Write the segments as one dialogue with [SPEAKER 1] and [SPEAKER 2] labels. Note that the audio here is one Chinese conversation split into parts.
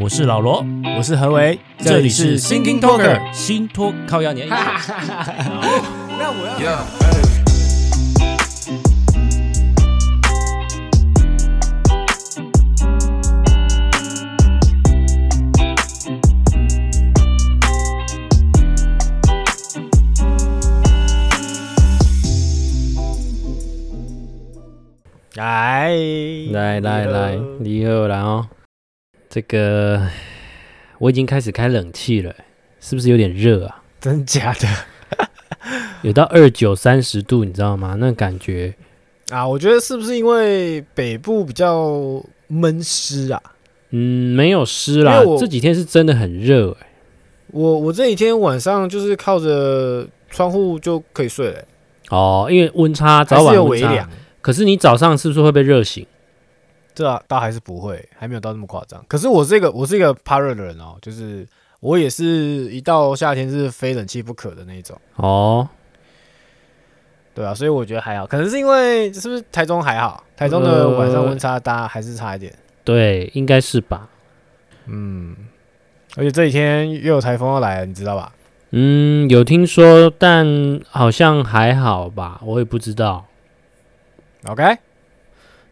[SPEAKER 1] 我是老罗，
[SPEAKER 2] 我是何为，这里是 Thinking Talker。
[SPEAKER 1] 新托靠压年。
[SPEAKER 2] 那我要
[SPEAKER 3] Yeah,
[SPEAKER 2] 来
[SPEAKER 4] 来来 来
[SPEAKER 2] 好，
[SPEAKER 4] 你好啦哦。这个我已经开始开冷气了，是不是有点热啊？
[SPEAKER 2] 真假的
[SPEAKER 4] 有到二九三十度，你知道吗？那感觉
[SPEAKER 2] 啊？我觉得是不是因为北部比较闷湿啊？
[SPEAKER 4] 嗯没有湿
[SPEAKER 2] 因
[SPEAKER 4] 啦
[SPEAKER 2] 为我。
[SPEAKER 4] 这几天是真的很热、欸，
[SPEAKER 2] 我我这几天晚上就是靠着窗户就可以睡了、
[SPEAKER 4] 哦，因为温差
[SPEAKER 2] 还
[SPEAKER 4] 早
[SPEAKER 2] 是
[SPEAKER 4] 晚
[SPEAKER 2] 有
[SPEAKER 4] 温
[SPEAKER 2] 微
[SPEAKER 4] 差
[SPEAKER 2] 凉。，
[SPEAKER 4] 可是你早上是不是会被热醒？
[SPEAKER 2] 这啊倒还是不会，还没有到那么夸张。可是我这个我是一个怕热的人哦，就是我也是一到夏天是非冷气不可的那一种。
[SPEAKER 4] 哦，
[SPEAKER 2] 对啊，所以我觉得还好，可能是因为是不是台中还好，台中的晚上温差大还是差一点。
[SPEAKER 4] 对，应该是吧。
[SPEAKER 2] 嗯，而且这几天又有台风要来了，你知道吧？
[SPEAKER 4] 嗯，有听说，但好像还好吧，我也不知道。
[SPEAKER 2] OK，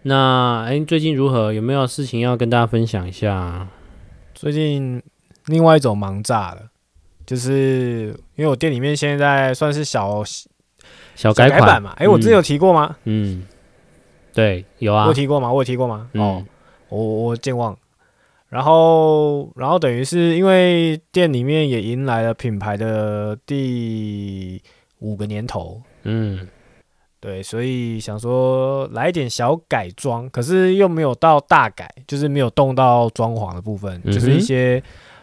[SPEAKER 4] 那哎、最近如何？有没有事情要跟大家分享一下啊？
[SPEAKER 2] 最近另外一种忙炸了，就是因为我店里面现在算是小
[SPEAKER 4] 小
[SPEAKER 2] 改
[SPEAKER 4] 改款
[SPEAKER 2] 版嘛。哎、我之前有提过吗？
[SPEAKER 4] 嗯，嗯对，有
[SPEAKER 2] 我
[SPEAKER 4] 啊
[SPEAKER 2] 有，提过吗？我有提过吗？
[SPEAKER 4] 哦，
[SPEAKER 2] 我我健忘。然后，然后等于是因为店里面也迎来了品牌的第五个年头，
[SPEAKER 4] 嗯，
[SPEAKER 2] 对，所以想说来一点小改装，可是又没有到大改，就是没有动到装潢的部分，
[SPEAKER 4] 嗯哼
[SPEAKER 2] 就是一些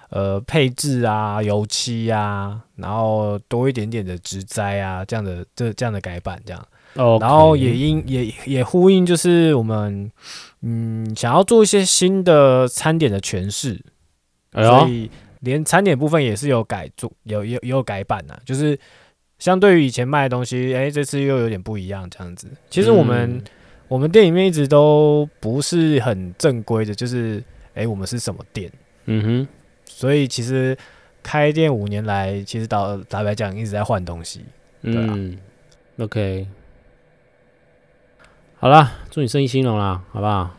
[SPEAKER 2] 呃配置啊、油漆啊，然后多一点点的植栽啊这样的这这样的改版这样。
[SPEAKER 4] 哦，
[SPEAKER 2] 然后也因也也呼应，就是我们嗯想要做一些新的餐点的诠释，
[SPEAKER 4] 哎
[SPEAKER 2] 所
[SPEAKER 4] 呦，
[SPEAKER 2] 以连餐点部分也是有改做有有有改版呐、就是相对于以前卖的东西，哎、这次又有点不一样这样子。其实我们、
[SPEAKER 4] 嗯
[SPEAKER 2] 我们店里面一直都不是很正规的，就是哎、我们是什么店，
[SPEAKER 4] 嗯
[SPEAKER 2] 所以其实开店五年来，其实导打白讲一直在换东西。
[SPEAKER 4] 哼，
[SPEAKER 2] 对啊
[SPEAKER 4] 嗯，OK，好啦，祝你生意兴隆啦，好不好？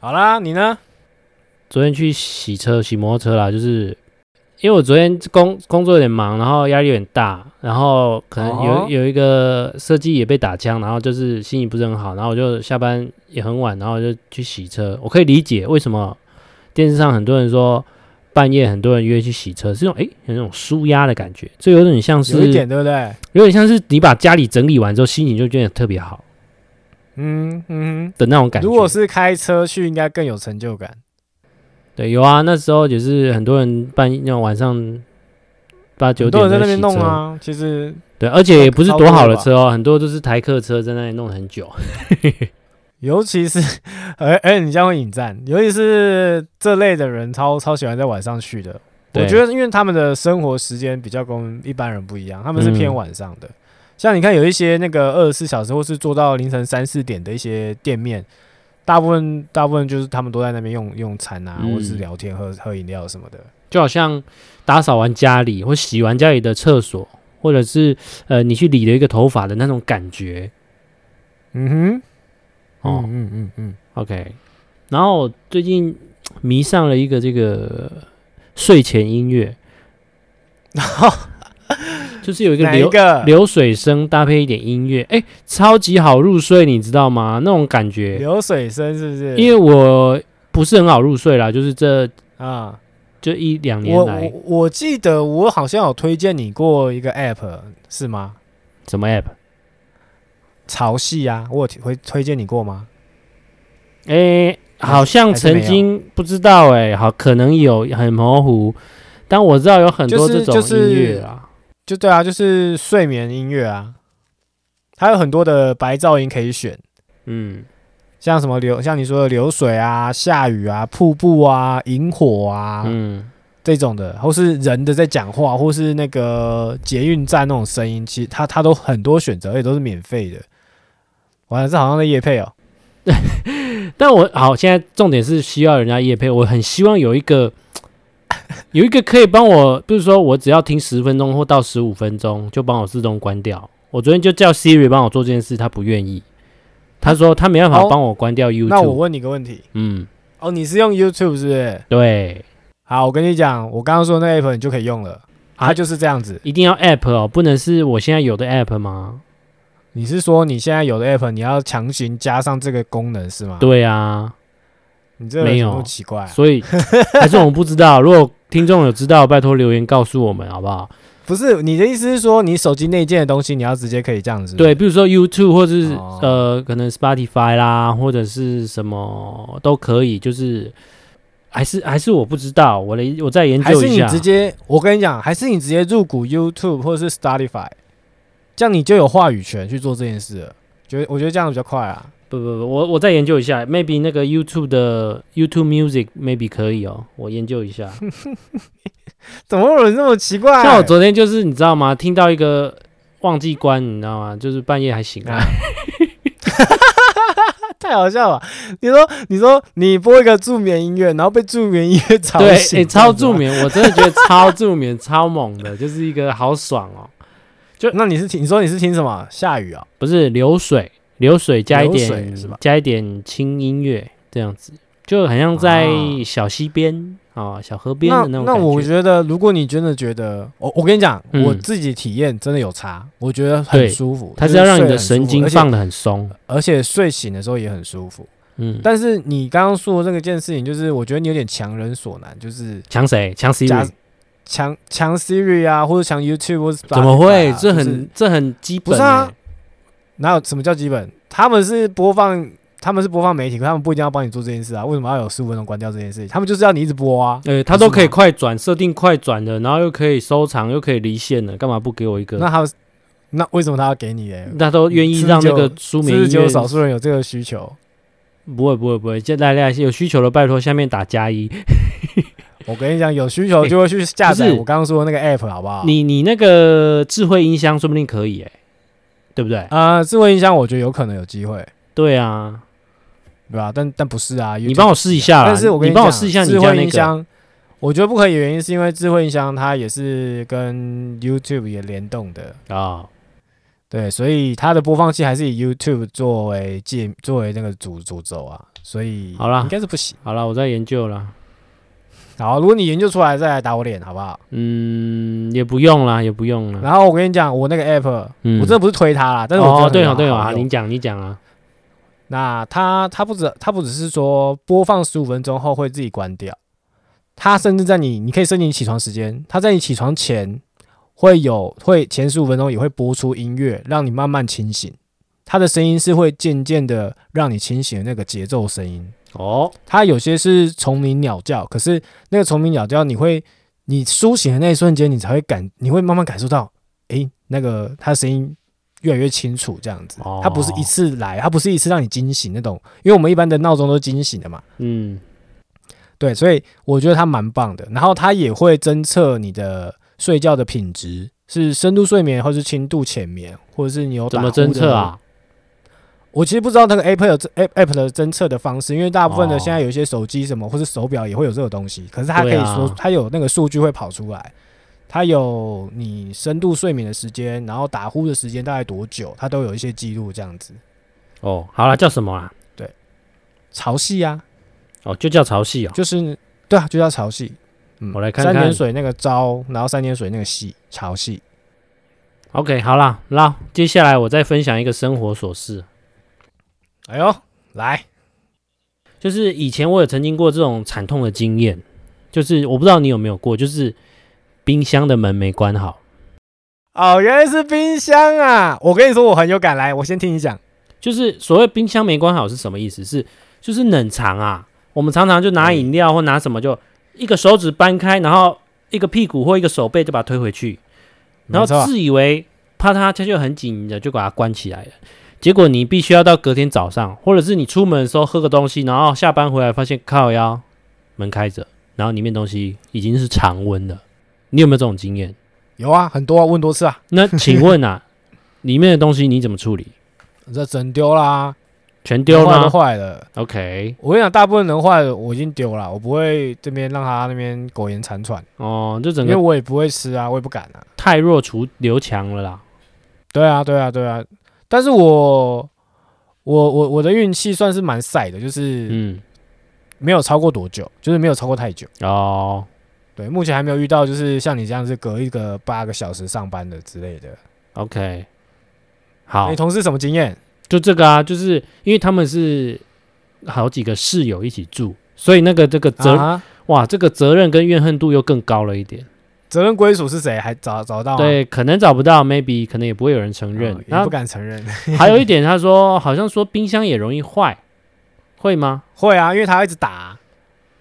[SPEAKER 2] 好啦，你呢？
[SPEAKER 4] 昨天去洗车，洗摩托车啦，就是因为我昨天工工作有点忙，然后压力有点大，然后可能有、
[SPEAKER 2] 哦
[SPEAKER 4] 有一个设计也被打枪，然后就是心情不是很好，然后我就下班也很晚，然后就去洗车。我可以理解为什么电视上很多人说半夜很多人约去洗车，是一种诶有那种舒压的感觉，这有点像是
[SPEAKER 2] 有一点对不对？
[SPEAKER 4] 有点像是你把家里整理完之后，心情就变得特别好
[SPEAKER 2] 嗯嗯哼。
[SPEAKER 4] 的那种感觉。
[SPEAKER 2] 如果是开车去，应该更有成就感。
[SPEAKER 4] 对，有啊，那时候也是很多人半夜那种晚上八九
[SPEAKER 2] 很
[SPEAKER 4] 点
[SPEAKER 2] 多人在那
[SPEAKER 4] 洗
[SPEAKER 2] 边弄
[SPEAKER 4] 车，
[SPEAKER 2] 啊，其实
[SPEAKER 4] 对，而且也不是
[SPEAKER 2] 超
[SPEAKER 4] 多好
[SPEAKER 2] 多
[SPEAKER 4] 的
[SPEAKER 2] 吧
[SPEAKER 4] 车哦，很多都是台客车在那里弄很久。
[SPEAKER 2] 尤其是， 哎、哎、你这样会引战。尤其是这类的人超，超喜欢在晚上去的。我
[SPEAKER 4] 对
[SPEAKER 2] 觉得，因为他们的生活时间比较跟我们一般人不一样，他们是偏
[SPEAKER 4] 嗯
[SPEAKER 2] 晚上的。像你看，有一些那个二十四小时或是做到凌晨三四点的一些店面，大部分大部分就是他们都在那边用用餐啊，
[SPEAKER 4] 嗯
[SPEAKER 2] 或是聊天、喝喝饮料什么的。
[SPEAKER 4] 就好像打扫完家里或洗完家里的厕所，或者是呃你去理了一个头发的那种感觉
[SPEAKER 2] 嗯哼，
[SPEAKER 4] 哦
[SPEAKER 2] 嗯。嗯嗯嗯，
[SPEAKER 4] OK，然后我最近迷上了一个这个睡前音 乐，就是有一个
[SPEAKER 2] 哪一
[SPEAKER 4] 流
[SPEAKER 2] 个？
[SPEAKER 4] 流水声搭配一点音乐，哎、超级好入睡，你知道吗？那种感觉，
[SPEAKER 2] 流水声是不是？
[SPEAKER 4] 因为我不是很好入睡啦，就是这
[SPEAKER 2] 啊。
[SPEAKER 4] 就一两年
[SPEAKER 2] 我我
[SPEAKER 4] 来，
[SPEAKER 2] 我记得我好像有推荐你过一个 app 是吗？
[SPEAKER 4] 什么 app？
[SPEAKER 2] 潮汐啊，我有推推荐你过吗？
[SPEAKER 4] 哎、好像曾经不知道哎、好可能有很模糊，但我知道有很多
[SPEAKER 2] 就是
[SPEAKER 4] 这种
[SPEAKER 2] 就是
[SPEAKER 4] 音乐啊，
[SPEAKER 2] 就对啊，就是睡眠音乐啊，它有很多的白噪音可以选，
[SPEAKER 4] 嗯，
[SPEAKER 2] 像什么流，像你说的流水啊、下雨啊、瀑布啊、萤火啊、
[SPEAKER 4] 嗯，
[SPEAKER 2] 这种的，或是人的在讲话，或是那个捷运站那种声音，其实它它都很多选择，而且都是免费的。完了，这好像在夜配哦、
[SPEAKER 4] 但我好，现在重点是需要人家业配，我很希望有一个 有一个可以帮我，比如说我只要听十分钟或到十五分钟，就帮我自动关掉。我昨天就叫 Siri 帮我做这件事，他不愿意，他说他没办法
[SPEAKER 2] 哦
[SPEAKER 4] 帮我关掉 YouTube。
[SPEAKER 2] 那我问你个问题，
[SPEAKER 4] 嗯，
[SPEAKER 2] 哦，你是用 YouTube 是不是？
[SPEAKER 4] 对，
[SPEAKER 2] 好，我跟你讲，我刚刚说那 app 你就可以用了，
[SPEAKER 4] 啊
[SPEAKER 2] 它就是这样子。
[SPEAKER 4] 一定要 App 哦，不能是我现在有的 App 吗？
[SPEAKER 2] 你是说你现在有的 app 你要强行加上这个功能是吗？，
[SPEAKER 4] 对啊，
[SPEAKER 2] 你这个
[SPEAKER 4] 没
[SPEAKER 2] 人
[SPEAKER 4] 有
[SPEAKER 2] 怎么奇怪啊、
[SPEAKER 4] 所以还是我们不知道。如果听众有知道，拜托留言告诉我们好不好？
[SPEAKER 2] 不是你的意思是说你手机内建的东西你要直接可以这样子？
[SPEAKER 4] 对，，比如说 YouTube 或者是、
[SPEAKER 2] 哦
[SPEAKER 4] 呃，可能 Spotify 啦，或者是什么都可以，就是还是还是我不知道，我来我再研
[SPEAKER 2] 还
[SPEAKER 4] 究
[SPEAKER 2] 是
[SPEAKER 4] 一
[SPEAKER 2] 你
[SPEAKER 4] 下。
[SPEAKER 2] 直接，我跟你讲，还是你直接入股 YouTube 或者是 Spotify，这样你就有话语权去做这件事了。觉得我觉得这样比较快啊。
[SPEAKER 4] 不不不，我我再研究一下，maybe 那个 YouTube 的 YouTube Music maybe 可以哦，我研究一下。
[SPEAKER 2] 怎么会有人这么奇怪？啊
[SPEAKER 4] 像我昨天就是你知道吗？听到一个忘记关，你知道吗？就是半夜还醒来，
[SPEAKER 2] 太好笑了吧。你说，你说你播一个助眠音乐，然后被助眠音乐吵
[SPEAKER 4] 对，
[SPEAKER 2] 醒，
[SPEAKER 4] 诶超
[SPEAKER 2] 这样子
[SPEAKER 4] 助
[SPEAKER 2] 吗。
[SPEAKER 4] 眠，我真的觉得超助眠 超猛的，就是一个好爽哦。
[SPEAKER 2] 那你是听你说你是听什么？下雨啊？
[SPEAKER 4] 不是流水，流水加一
[SPEAKER 2] 流水
[SPEAKER 4] 点
[SPEAKER 2] 是吧
[SPEAKER 4] 加一点轻音乐这样子，就很像在
[SPEAKER 2] 啊
[SPEAKER 4] 小溪边啊、小河边的
[SPEAKER 2] 那
[SPEAKER 4] 种
[SPEAKER 2] 那
[SPEAKER 4] 感
[SPEAKER 2] 我
[SPEAKER 4] 觉。
[SPEAKER 2] 觉得，如果你真的觉得，我我跟你讲，
[SPEAKER 4] 嗯
[SPEAKER 2] 我自己体验真的有差，我觉得很
[SPEAKER 4] 对
[SPEAKER 2] 舒服。
[SPEAKER 4] 它
[SPEAKER 2] 就是
[SPEAKER 4] 要让
[SPEAKER 2] 睡
[SPEAKER 4] 你
[SPEAKER 2] 得
[SPEAKER 4] 的
[SPEAKER 2] 很舒
[SPEAKER 4] 神
[SPEAKER 2] 服
[SPEAKER 4] 经
[SPEAKER 2] 而且
[SPEAKER 4] 放得很松，
[SPEAKER 2] 而且睡醒的时候也很舒服。
[SPEAKER 4] 嗯，
[SPEAKER 2] 但是你刚刚说的这个件事情，就是我觉得你有点强人所难，就是
[SPEAKER 4] 抢谁？抢 Siri？
[SPEAKER 2] 加啊强强 Siri 啊，或者强 YouTube 或者、
[SPEAKER 4] 怎么会？这
[SPEAKER 2] 啊就是
[SPEAKER 4] 很这很基
[SPEAKER 2] 不
[SPEAKER 4] 本
[SPEAKER 2] 是啊
[SPEAKER 4] 欸。
[SPEAKER 2] 哪有什么叫基本？他们是播放，他们是播放媒体，可他们不一定要帮你做这件事啊。为什么要有十五分钟关掉这件事情？他们就是要你一直播啊。
[SPEAKER 4] 呃，它
[SPEAKER 2] 不
[SPEAKER 4] 都
[SPEAKER 2] 是
[SPEAKER 4] 可以
[SPEAKER 2] 吗
[SPEAKER 4] 快转，设定快转的，然后又可以收藏，又可以离线的，干嘛不给我一个？
[SPEAKER 2] 那他们那为什么他要给你嘞？
[SPEAKER 4] 那都愿意
[SPEAKER 2] 是不是
[SPEAKER 4] 让那
[SPEAKER 2] 就
[SPEAKER 4] 个书
[SPEAKER 2] 是
[SPEAKER 4] 名
[SPEAKER 2] 不是
[SPEAKER 4] 音
[SPEAKER 2] 只有
[SPEAKER 4] 乐
[SPEAKER 2] 少数人有这个需求？
[SPEAKER 4] 不会不会不会，现在大家有需求的拜托下面打加一。
[SPEAKER 2] 我跟你讲，有需求就会去下载
[SPEAKER 4] 哎不是
[SPEAKER 2] 我刚刚说的那个 app，好不好？
[SPEAKER 4] 你你那个智慧音箱说不定可以哎、对不对？
[SPEAKER 2] 啊，智慧音箱我觉得有可能有机会，
[SPEAKER 4] 对啊，
[SPEAKER 2] 对吧？但但不是啊，
[SPEAKER 4] 你帮
[SPEAKER 2] 我，
[SPEAKER 4] 我试一下啦。
[SPEAKER 2] 但是我跟
[SPEAKER 4] 你帮我
[SPEAKER 2] 讲
[SPEAKER 4] 试一下你
[SPEAKER 2] 智
[SPEAKER 4] 家
[SPEAKER 2] 慧
[SPEAKER 4] 那
[SPEAKER 2] 音
[SPEAKER 4] 个。
[SPEAKER 2] 箱。我觉得不可以的原因是因为智慧音箱它也是跟 YouTube 也联动的，
[SPEAKER 4] 啊，
[SPEAKER 2] 对，所以它的播放器还是以 YouTube 作为界作为那个主主轴啊，所以
[SPEAKER 4] 好啦
[SPEAKER 2] 应该是不行。
[SPEAKER 4] 好了，我在研究了。
[SPEAKER 2] 好，如果你研究出来再来打我脸，好不好？
[SPEAKER 4] 嗯，也不用啦，也不用啦。
[SPEAKER 2] 然后我跟你讲，我那个 app，、
[SPEAKER 4] 嗯，
[SPEAKER 2] 我真的不是推它啦，但是我真的
[SPEAKER 4] 哦，
[SPEAKER 2] 很
[SPEAKER 4] 对
[SPEAKER 2] 好
[SPEAKER 4] 哦对哦，
[SPEAKER 2] 好
[SPEAKER 4] 啊，
[SPEAKER 2] 用
[SPEAKER 4] 你讲你讲啊。
[SPEAKER 2] 那它它不止它不只是说播放十五分钟后会自己关掉，它甚至在你你可以设定你起床时间，它在你起床前会有会前十五分钟也会播出音乐，让你慢慢清醒。它的声音是会渐渐的让你清醒的那个节奏声音。
[SPEAKER 4] 哦，
[SPEAKER 2] 它有些是虫鸣鸟叫，可是那个虫鸣鸟叫，你会你苏醒的那一瞬间，你才会感，你会慢慢感受到，诶、那个它的声音越来越清楚，这样子
[SPEAKER 4] 哦。
[SPEAKER 2] 它不是一次来，它不是一次让你惊醒那种，因为我们一般的闹钟都是惊醒的嘛。
[SPEAKER 4] 嗯，
[SPEAKER 2] 对，所以我觉得它蛮棒的。然后它也会侦测你的睡觉的品质，是深度睡眠，或是轻度浅眠，或者是你有
[SPEAKER 4] 怎
[SPEAKER 2] 打
[SPEAKER 4] 么
[SPEAKER 2] 呼的
[SPEAKER 4] 侦测啊？
[SPEAKER 2] 我其实不知道那个 app 有这 app app 的侦测的方式，因为大部分的
[SPEAKER 4] 哦
[SPEAKER 2] 现在有一些手机什么或是手表也会有这个东西，可是它可以
[SPEAKER 4] 对啊
[SPEAKER 2] 说、它有那个数据会跑出来，它有你深度睡眠的时间，然后打呼的时间大概多久，它都有一些记录这样子。
[SPEAKER 4] 哦，好了，叫什么啊？
[SPEAKER 2] 潮汐啊，
[SPEAKER 4] 哦，就叫潮汐哦。
[SPEAKER 2] 就是对啊，就叫潮汐。嗯
[SPEAKER 4] 我来看
[SPEAKER 2] 三
[SPEAKER 4] 看
[SPEAKER 2] 点水那个朝，然后三点水那个汐，潮汐。
[SPEAKER 4] OK，好啦，那接下来我再分享一个生活琐事。
[SPEAKER 2] 哎呦，来，
[SPEAKER 4] 就是以前我有曾经过这种惨痛的经验，就是我不知道你有没有过，就是冰箱的门没关好，
[SPEAKER 2] 哦，原来是冰箱啊！我跟你说，我很有感，来，我先听你讲。
[SPEAKER 4] 就是所谓冰箱没关好是什么意思？是就是冷藏啊，我们常常就拿饮料或拿什么，就一个手指搬开，然后一个屁股或一个手背就把它推回去，然
[SPEAKER 2] 没错啊
[SPEAKER 4] 后自以为啪嗒，它就很紧的就把它关起来了。结果你必须要到隔天早上，或者是你出门的时候喝个东西，然后下班回来发现靠腰门开着，然后里面东西已经是常温了。你有没有这种经验？
[SPEAKER 2] 有啊，很多啊，问多次啊，
[SPEAKER 4] 那请问啊，里面的东西你怎么处理？
[SPEAKER 2] 这整丢啦。
[SPEAKER 4] 全丢
[SPEAKER 2] 能坏
[SPEAKER 4] 吗
[SPEAKER 2] 都坏了。
[SPEAKER 4] ？OK，
[SPEAKER 2] 我跟你讲，大部分能坏的我已经丢了，我不会这边让他那边苟延残喘，
[SPEAKER 4] 哦，就整
[SPEAKER 2] 因为
[SPEAKER 4] 个
[SPEAKER 2] 我也不会吃啊，我也不敢啊。
[SPEAKER 4] 太弱除刘强了啦。
[SPEAKER 2] 对啊，对啊，对啊。但是我我我我的运气算是蛮晒的，就是
[SPEAKER 4] 嗯，
[SPEAKER 2] 没有超过多久，就是没有超过太久。
[SPEAKER 4] 哦，
[SPEAKER 2] 对，目前还没有遇到就是像你这样是隔一个八个小时上班的之类的。
[SPEAKER 4] OK，好
[SPEAKER 2] 你，同事什么经验？
[SPEAKER 4] 就这个啊，就是因为他们是好几个室友一起住，所以那个这个责、
[SPEAKER 2] 啊哈
[SPEAKER 4] 哇，这个责任跟怨恨度又更高了一点。
[SPEAKER 2] 责任归属是谁？还找找到吗？
[SPEAKER 4] 对，可能找不到，maybe 可能也不会有人承
[SPEAKER 2] 嗯，
[SPEAKER 4] 认。
[SPEAKER 2] 哦也
[SPEAKER 4] 然
[SPEAKER 2] 不
[SPEAKER 4] 后
[SPEAKER 2] 敢承认。
[SPEAKER 4] 还有一点，他说好像说冰箱也容易坏，会吗？
[SPEAKER 2] 会啊，因为他一直打。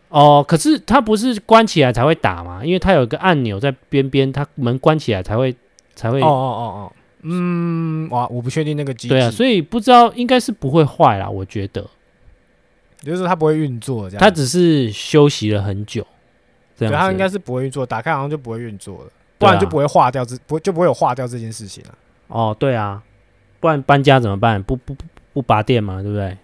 [SPEAKER 4] 哦，可是它不是关起来才会打嘛，因为它有一个按钮在边边，它门关起来才会才会。
[SPEAKER 2] 哦哦哦哦，嗯，哇，我不确定那个机制，
[SPEAKER 4] 对啊，所以不知道应该是不会坏啦，我觉得
[SPEAKER 2] 就是他不会运作这样。
[SPEAKER 4] 它只是休息了很久，这
[SPEAKER 2] 啊对
[SPEAKER 4] 样
[SPEAKER 2] 他
[SPEAKER 4] 子啊
[SPEAKER 2] 应该是不会运作，打开好像就不会运作了，不然就不会化掉这不就不会有化掉这件事情了、
[SPEAKER 4] 哦，对啊，不然搬家怎么办？不不不不拔电嘛，对不对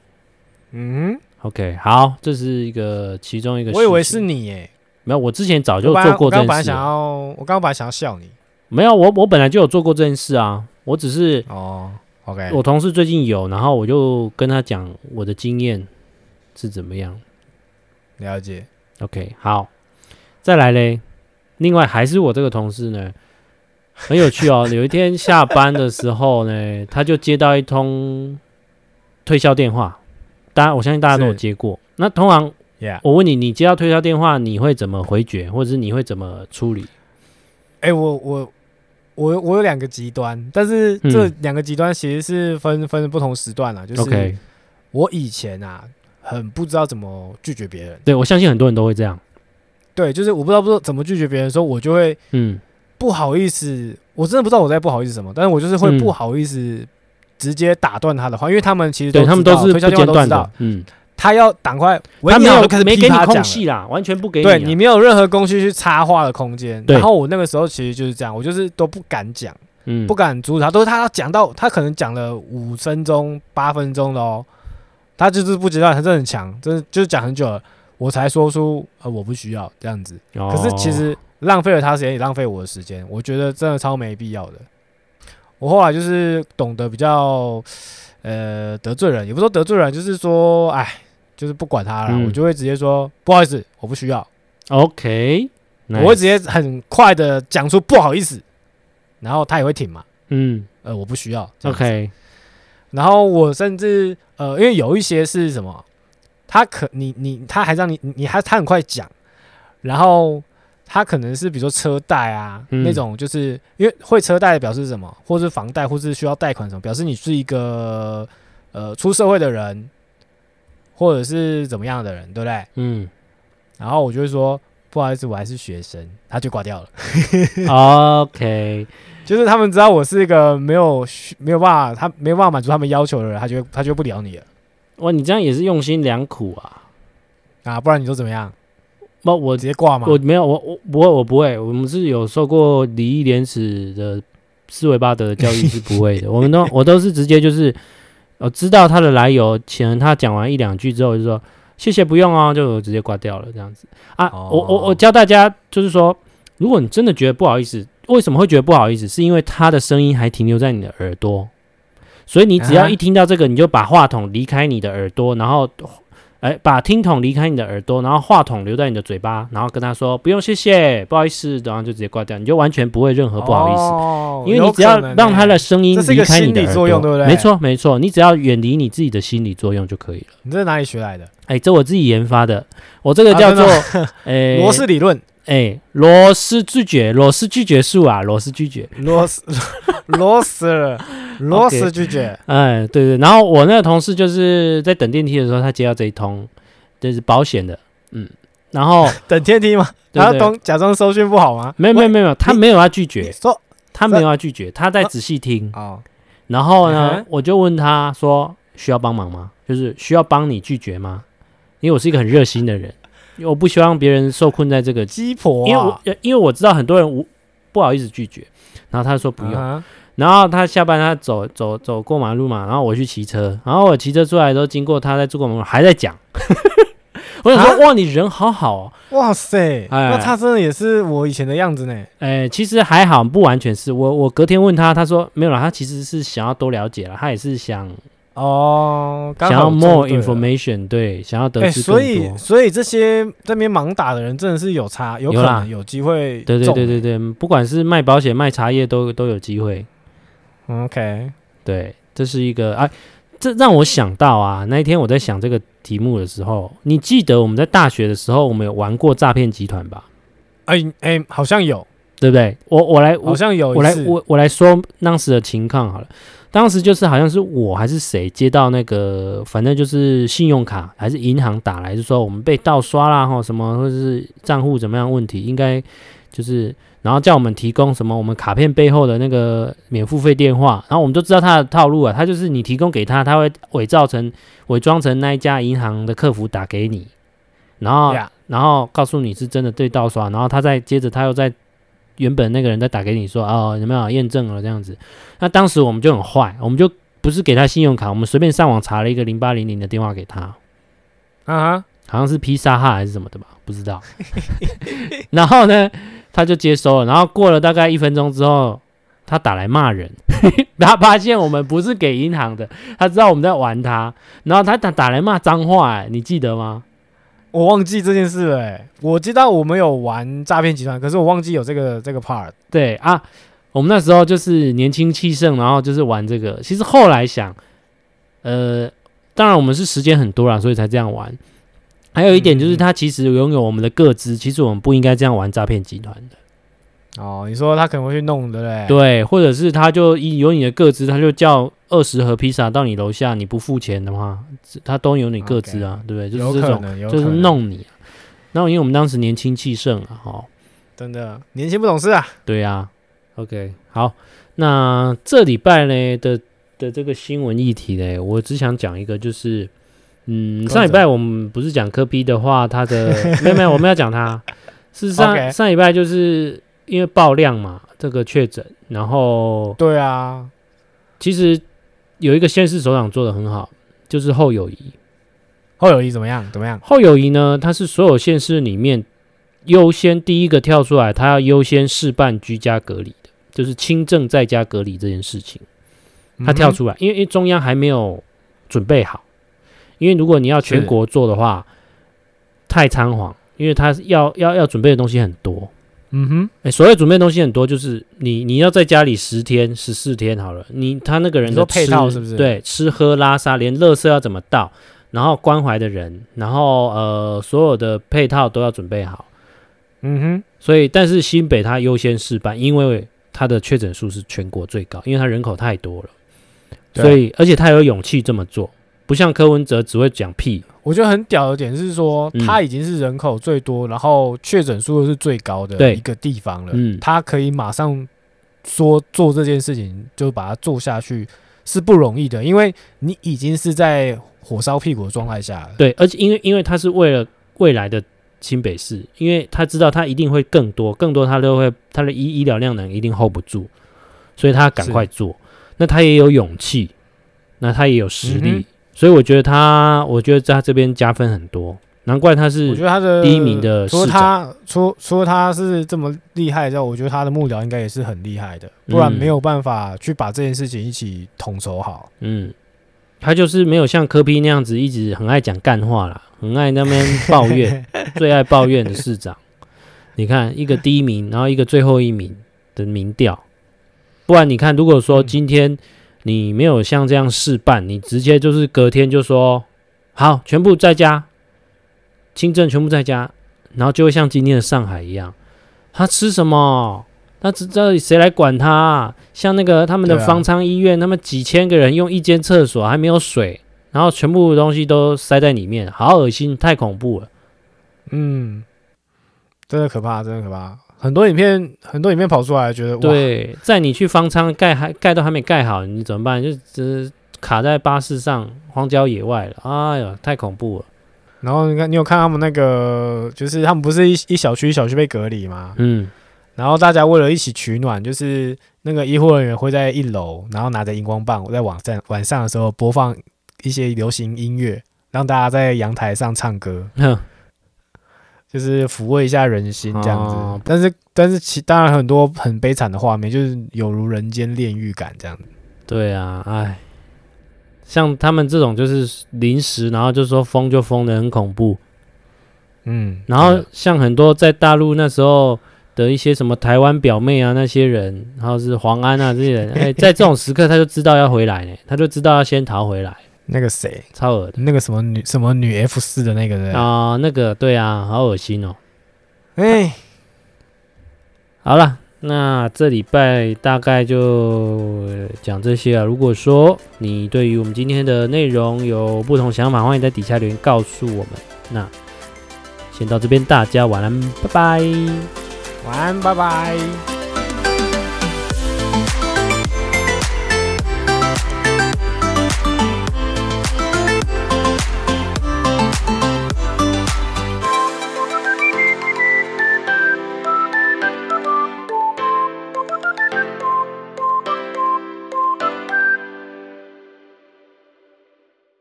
[SPEAKER 2] 嗯哼，
[SPEAKER 4] ？OK，好，这是一个其中一个事情。
[SPEAKER 2] 我以为是你诶、
[SPEAKER 4] 没有，我之前早就
[SPEAKER 2] 我本来
[SPEAKER 4] 做过
[SPEAKER 2] 我
[SPEAKER 4] 这
[SPEAKER 2] 刚
[SPEAKER 4] 件
[SPEAKER 2] 本来
[SPEAKER 4] 事
[SPEAKER 2] 想
[SPEAKER 4] 了，
[SPEAKER 2] 要，我刚刚本来想要笑你
[SPEAKER 4] 没有，我我本来就有做过这件事啊，我只是
[SPEAKER 2] 哦。OK，
[SPEAKER 4] 我同事最近有，然后我就跟他讲我的经验是怎么样。
[SPEAKER 2] 了解。
[SPEAKER 4] OK，好，再来嘞。另外还是我这个同事呢，很有 趣哦。有一天下班的时候呢，他就接到一通推销电话，大家我相信大家都有
[SPEAKER 2] 是
[SPEAKER 4] 接过。那通常
[SPEAKER 2] Yeah，
[SPEAKER 4] 我问你，你接到推销电话，你会怎么回绝，或者是你会怎么处理？
[SPEAKER 2] 哎、我我我我有两个极端，但是这两个极端其实是分分不同时段啦。啊就是
[SPEAKER 4] 嗯 OK，
[SPEAKER 2] 我以前啊，很不知道怎么拒绝别人。
[SPEAKER 4] 对我相信很多人都会这样。
[SPEAKER 2] 对，就是我不知道不知道怎么拒绝别人的时候，我就会
[SPEAKER 4] 嗯，
[SPEAKER 2] 不好意思，我真的不知道我在不好意思什么，但是我就是会
[SPEAKER 4] 嗯
[SPEAKER 2] 不好意思直接打断他的话，因为他们其实
[SPEAKER 4] 对
[SPEAKER 2] 知
[SPEAKER 4] 他们都
[SPEAKER 2] 道
[SPEAKER 4] 是不
[SPEAKER 2] 推销电话
[SPEAKER 4] 间
[SPEAKER 2] 都
[SPEAKER 4] 断
[SPEAKER 2] 知
[SPEAKER 4] 的
[SPEAKER 2] 道，，
[SPEAKER 4] 嗯，
[SPEAKER 2] 他要赶快，喂
[SPEAKER 4] 他没
[SPEAKER 2] 你好
[SPEAKER 4] 有
[SPEAKER 2] 就开始
[SPEAKER 4] 没
[SPEAKER 2] 噼
[SPEAKER 4] 给你
[SPEAKER 2] 啪
[SPEAKER 4] 空
[SPEAKER 2] 讲
[SPEAKER 4] 隙
[SPEAKER 2] 了
[SPEAKER 4] 啦，完全不给你啊、
[SPEAKER 2] 对你没有任何空隙去插话的空间。
[SPEAKER 4] 对
[SPEAKER 2] 然后我那个时候其实就是这样，我就是都不敢讲，
[SPEAKER 4] 嗯
[SPEAKER 2] 不敢阻止他，都是他讲到他可能讲了五分钟、八分钟了哦，他就是不知道，他真的很强，真的就是讲很久了，我才说出呃我不需要这样子。
[SPEAKER 4] 哦
[SPEAKER 2] 可是其实浪费了他时间，也浪费我的时间，我觉得真的超没必要的。我后来就是懂得比较，呃，得罪人，也不是说得罪人，就是说，哎，就是不管他了，
[SPEAKER 4] 嗯
[SPEAKER 2] 我就会直接说不好意思，我不需要
[SPEAKER 4] 哦 OK，
[SPEAKER 2] 我会
[SPEAKER 4] nice，
[SPEAKER 2] 直接很快的讲出不好意思，然后他也会挺嘛，
[SPEAKER 4] 嗯
[SPEAKER 2] 呃，我不需要这样子
[SPEAKER 4] OK，
[SPEAKER 2] 然后我甚至呃，因为有一些是什么，他可你你他还让你你你还他很快讲，然后他可能是比如说车贷啊、
[SPEAKER 4] 嗯
[SPEAKER 2] 那种，就是因为会车贷表示什么，或是房贷，或是需要贷款什么，表示你是一个呃出社会的人，或者是怎么样的人，对不对？
[SPEAKER 4] 嗯，
[SPEAKER 2] 然后我就会说不好意思，我还是学生，他就挂掉了。
[SPEAKER 4] OK，
[SPEAKER 2] 就是他们知道我是一个没有需没有办法，他没有办法满足他们要求的人，他就会他就不聊你了
[SPEAKER 4] 哇，你这样也是用心良苦啊！
[SPEAKER 2] 啊，不然你说怎么样？
[SPEAKER 4] 不，我
[SPEAKER 2] 我直接挂吗？
[SPEAKER 4] 我没有，我我不会，我不会，我们是有受过礼义廉耻的斯维巴德的教育是不 会的，我们都我都是直接就是，我知道他的来由，请他讲完一两句之后我就说谢谢不用哦，就直接挂掉了这样子啊。我我我
[SPEAKER 2] 哦
[SPEAKER 4] 教大家就是说，如果你真的觉得不好意思，为什么会觉得不好意思？是因为他的声音还停留在你的耳朵，所以你只要
[SPEAKER 2] 啊
[SPEAKER 4] 一听到这个，你就把话筒离开你的耳朵，然后哎，把听筒离开你的耳朵，然后话筒留在你的嘴巴，然后跟他说不用谢谢，不好意思，然后就直接挂掉，你就完全不会任何不好意思，
[SPEAKER 2] 哦、
[SPEAKER 4] 因为你只要让他的声音
[SPEAKER 2] 欸这是一
[SPEAKER 4] 离
[SPEAKER 2] 个
[SPEAKER 4] 开你
[SPEAKER 2] 心
[SPEAKER 4] 的
[SPEAKER 2] 理
[SPEAKER 4] 耳
[SPEAKER 2] 作
[SPEAKER 4] 朵，
[SPEAKER 2] 用对不对
[SPEAKER 4] 没错没错，你只要远离你自己的心理作用就可以了。
[SPEAKER 2] 有可能欸你这是哪里学来的？
[SPEAKER 4] 哎，这我自己研发的，我
[SPEAKER 2] 啊
[SPEAKER 4] 这个叫做、 哎
[SPEAKER 2] 罗氏理论，
[SPEAKER 4] 哎罗斯拒绝罗斯拒绝术啊，罗斯拒绝。
[SPEAKER 2] 罗 斯罗斯罗斯拒绝，
[SPEAKER 4] 哎，对对，然后我那个同事就是在等电梯的时候，他接到这一通，这是保险的，嗯，然后
[SPEAKER 2] 等电 梯吗？
[SPEAKER 4] 对
[SPEAKER 2] 然后
[SPEAKER 4] 对
[SPEAKER 2] 东假装收讯不好吗？
[SPEAKER 4] 没有没有没有，他
[SPEAKER 2] 你
[SPEAKER 4] 没有要拒
[SPEAKER 2] 喂，你
[SPEAKER 4] 绝，
[SPEAKER 2] 说
[SPEAKER 4] 他没有要拒绝，他在仔细听。
[SPEAKER 2] 哦，
[SPEAKER 4] 然后呢
[SPEAKER 2] 嗯哼，
[SPEAKER 4] 我就问他说：“需要帮忙吗？就是需要帮你拒绝吗？”因为我是一个很热心的人，因为我不希望别人受困在这个，
[SPEAKER 2] 鸡婆
[SPEAKER 4] 因为
[SPEAKER 2] 啊、
[SPEAKER 4] 我因为我知道很多人无不好意思拒绝。然后他说不用，
[SPEAKER 2] 啊哈
[SPEAKER 4] 然后他下班他走走走过马路嘛，然后我去骑车，然后我骑车出来的时候经过他在过马路还在讲， 我
[SPEAKER 2] 啊
[SPEAKER 4] 想说、哇你人好好哦，
[SPEAKER 2] 哇塞，
[SPEAKER 4] 哎
[SPEAKER 2] 那他真的也是我以前的样子呢。
[SPEAKER 4] 哎，其实还好，不完全是我我隔天问他，他说没有啦，他其实是想要多了解了，他也是想
[SPEAKER 2] 哦，刚
[SPEAKER 4] 想
[SPEAKER 2] 好
[SPEAKER 4] 要
[SPEAKER 2] 我中
[SPEAKER 4] more
[SPEAKER 2] 对了
[SPEAKER 4] information，对，想要得
[SPEAKER 2] 哎、
[SPEAKER 4] 知更
[SPEAKER 2] 所
[SPEAKER 4] 多。
[SPEAKER 2] 以所以这些这边盲打的人真的是有差，有
[SPEAKER 4] 有
[SPEAKER 2] 可
[SPEAKER 4] 啦
[SPEAKER 2] 能有机会
[SPEAKER 4] 对对
[SPEAKER 2] 中
[SPEAKER 4] 对对对，不管是卖保险、卖茶叶都都有机会。
[SPEAKER 2] 嗯，OK，
[SPEAKER 4] 对，这是一个哎、这让我想到啊，那一天我在想这个题目的时候，你记得我们在大学的时候，我们有玩过诈骗集团吧？
[SPEAKER 2] 哎、哎、好像有，
[SPEAKER 4] 对不对？我我来我
[SPEAKER 2] 好像有一
[SPEAKER 4] 我来
[SPEAKER 2] 次
[SPEAKER 4] 我我来说当时的情况好了，当时就是好像是我还是谁接到那个，反正就是信用卡还是银行打来，就说我们被盗刷啦，哈，什么或者是账户怎么样问题，应该就是然后叫我们提供什么我们卡片背后的那个免付费电话，然后我们就知道他的套路啊，他就是你提供给他，他会伪造成伪装成那一家银行的客服打给你，然后
[SPEAKER 2] 呀
[SPEAKER 4] 然后告诉你是真的对盗刷，然后他再接着他又在原本那个人再打给你说哦有没有验证了这样子，那当时我们就很坏，我们就不是给他信用卡，我们随便上网查了一个零八零零的电话给他，
[SPEAKER 2] 啊哈，
[SPEAKER 4] 好像是披萨哈还是什么的吧，不知道。 然后呢，他就接收了，然后过了大概一分钟之后，他打来骂人， 他发现我们不是给银行的，他知道我们在玩他，然后他打打来骂脏话、哎，你记得吗？
[SPEAKER 2] 我忘记这件事了、哎，我知道我们有玩诈骗集团，可是我忘记有这个这个 part。
[SPEAKER 4] 对啊，我们那时候就是年轻气盛，然后就是玩这个。其实后来想，呃，当然我们是时间很多啦，所以才这样玩。还有一点就是，
[SPEAKER 2] 嗯
[SPEAKER 4] 他其实拥有我们的个资，其实我们不应该这样玩诈骗集团的，
[SPEAKER 2] 哦，你说他可能会去弄，对不对？
[SPEAKER 4] 对，或者是他就一有你的个资，他就叫二十盒披萨到你楼下，你不付钱的话，他都有你个资啊，对不对？就
[SPEAKER 2] 有
[SPEAKER 4] 是这
[SPEAKER 2] 可
[SPEAKER 4] 种，
[SPEAKER 2] 能，有可
[SPEAKER 4] 就
[SPEAKER 2] 能
[SPEAKER 4] 是弄你、啊。那因为我们当时年轻气盛啊，哦，
[SPEAKER 2] 真的年轻不懂事啊。
[SPEAKER 4] 对呀、o k 好，那这礼拜呢的的这个新闻议题呢，我只想讲一个，就是，嗯，
[SPEAKER 2] 柯
[SPEAKER 4] 上礼
[SPEAKER 2] 泽
[SPEAKER 4] 拜我们不是讲科比的话，他的没有没有，我们要讲他，是上
[SPEAKER 2] OK
[SPEAKER 4] 上礼拜就是因为爆量嘛，这个确诊，然后
[SPEAKER 2] 对啊，
[SPEAKER 4] 其实有一个县市首长做的很好，就是后友谊，
[SPEAKER 2] 后友谊怎么样？怎么样？
[SPEAKER 4] 后友谊呢，它是所有县市里面优先第一个跳出来，它要优先试办居家隔离的，就是轻症在家隔离这件事情，
[SPEAKER 2] 嗯
[SPEAKER 4] 它跳出来，因为因为中央还没有准备好，因为如果你要全
[SPEAKER 2] 是
[SPEAKER 4] 国做的话，太仓皇，因为它要要要准备的东西很多。
[SPEAKER 2] 嗯哼，嗯
[SPEAKER 4] 哎，所谓准备的东西很多，就是你你要在家里十天、十四天好了，你他那个人
[SPEAKER 2] 你
[SPEAKER 4] 的
[SPEAKER 2] 说配
[SPEAKER 4] 吃
[SPEAKER 2] 套是不是
[SPEAKER 4] 对，吃喝拉撒，连垃圾要怎么倒，然后关怀的人，然后呃，所有的配套都要准备好。
[SPEAKER 2] 哼，嗯哼，
[SPEAKER 4] 所以，但是新北它优先试办，因为它的确诊数是全国最高，因为它人口太多了，
[SPEAKER 2] 对啊
[SPEAKER 4] 所以而且它有勇气这么做，不像柯文哲只会讲屁。
[SPEAKER 2] 我觉得很屌的点是说，
[SPEAKER 4] 嗯
[SPEAKER 2] 它已经是人口最多，然后确诊数又是最高的
[SPEAKER 4] 对
[SPEAKER 2] 一个地方了。
[SPEAKER 4] 嗯
[SPEAKER 2] 它可以马上说做这件事情，就把它做下去是不容易的，因为你已经是在火烧屁股的状态下了。
[SPEAKER 4] 对，而且因为因为他是为了未来的新北市，因为他知道他一定会更多，更多他都会他的医医疗量能一定 hold 不住，所以他赶快做。那他也有勇气，那他也有实力，
[SPEAKER 2] 嗯哼
[SPEAKER 4] 所以我觉得他，我觉得在他这边加分很多，难怪他
[SPEAKER 2] 我觉
[SPEAKER 4] 是
[SPEAKER 2] 得他的
[SPEAKER 4] 第一名的
[SPEAKER 2] 除了
[SPEAKER 4] 市
[SPEAKER 2] 他，除除了他是这么厉害之后，我觉得他的幕僚应该也是很厉害的，不然
[SPEAKER 4] 嗯
[SPEAKER 2] 没有办法去把这件事情一起统筹好。
[SPEAKER 4] 嗯。他就是没有像柯批那样子一直很爱讲干话啦，很爱那边抱 怨，最爱抱怨的市长。你看， 一个第一名，然后一个最后一名的民调。不然你看，如果说
[SPEAKER 2] 嗯
[SPEAKER 4] 今天你没有像这样试办，你直接就是隔天就说好，全部在家，轻症全部在家，然后就会像今天的上海一样，他吃什么？那这到底谁来管他啊、像那个他们的
[SPEAKER 2] 对啊
[SPEAKER 4] 方舱医院，他们几千个人用一间厕所，还没有水，然后全部东西都塞在里面，好恶心，太恐怖了。
[SPEAKER 2] 嗯，真的可怕，真的可怕。很多影片，很多影片跑出来，觉得哇，
[SPEAKER 4] 对，在你去方舱盖还盖都还没盖好，你怎么办？就只卡在巴士上，荒郊野外了。哎呀，太恐怖了。
[SPEAKER 2] 然后你看，你有看他们那个，就是他们不是一一小区一小区被隔离吗？
[SPEAKER 4] 嗯，
[SPEAKER 2] 然后大家为了一起取暖，就是那个医护人员会在一楼，然后拿着荧光棒，在晚上晚上的时候播放一些流行音乐，让大家在阳台上唱 歌，
[SPEAKER 4] 哼
[SPEAKER 2] 就是抚慰一下人心这样子。
[SPEAKER 4] 哦
[SPEAKER 2] 但是但是其当然很多很悲惨的画面，就是有如人间炼狱感这样子。
[SPEAKER 4] 对啊，哎，像他们这种就是临时，然后就说封就封的很恐怖。
[SPEAKER 2] 嗯，
[SPEAKER 4] 然后像很多在大陆那时候的一些什么台湾表妹啊那些人，然后是黄安啊这些人，哎，在这种时刻他就知道要回来呢，他就知道要先逃回来，
[SPEAKER 2] 那个谁，
[SPEAKER 4] 超恶的
[SPEAKER 2] 那个什么女什么女 F 四的那个人，
[SPEAKER 4] 啊、那个对啊，好恶心哦。
[SPEAKER 2] 哎、
[SPEAKER 4] 好了，那这礼拜大概就呃讲这些啊。如果说你对于我们今天的内容有不同想法，欢迎在底下留言告诉我们。那先到这边，大家晚安，拜拜。
[SPEAKER 2] 晚安，拜拜。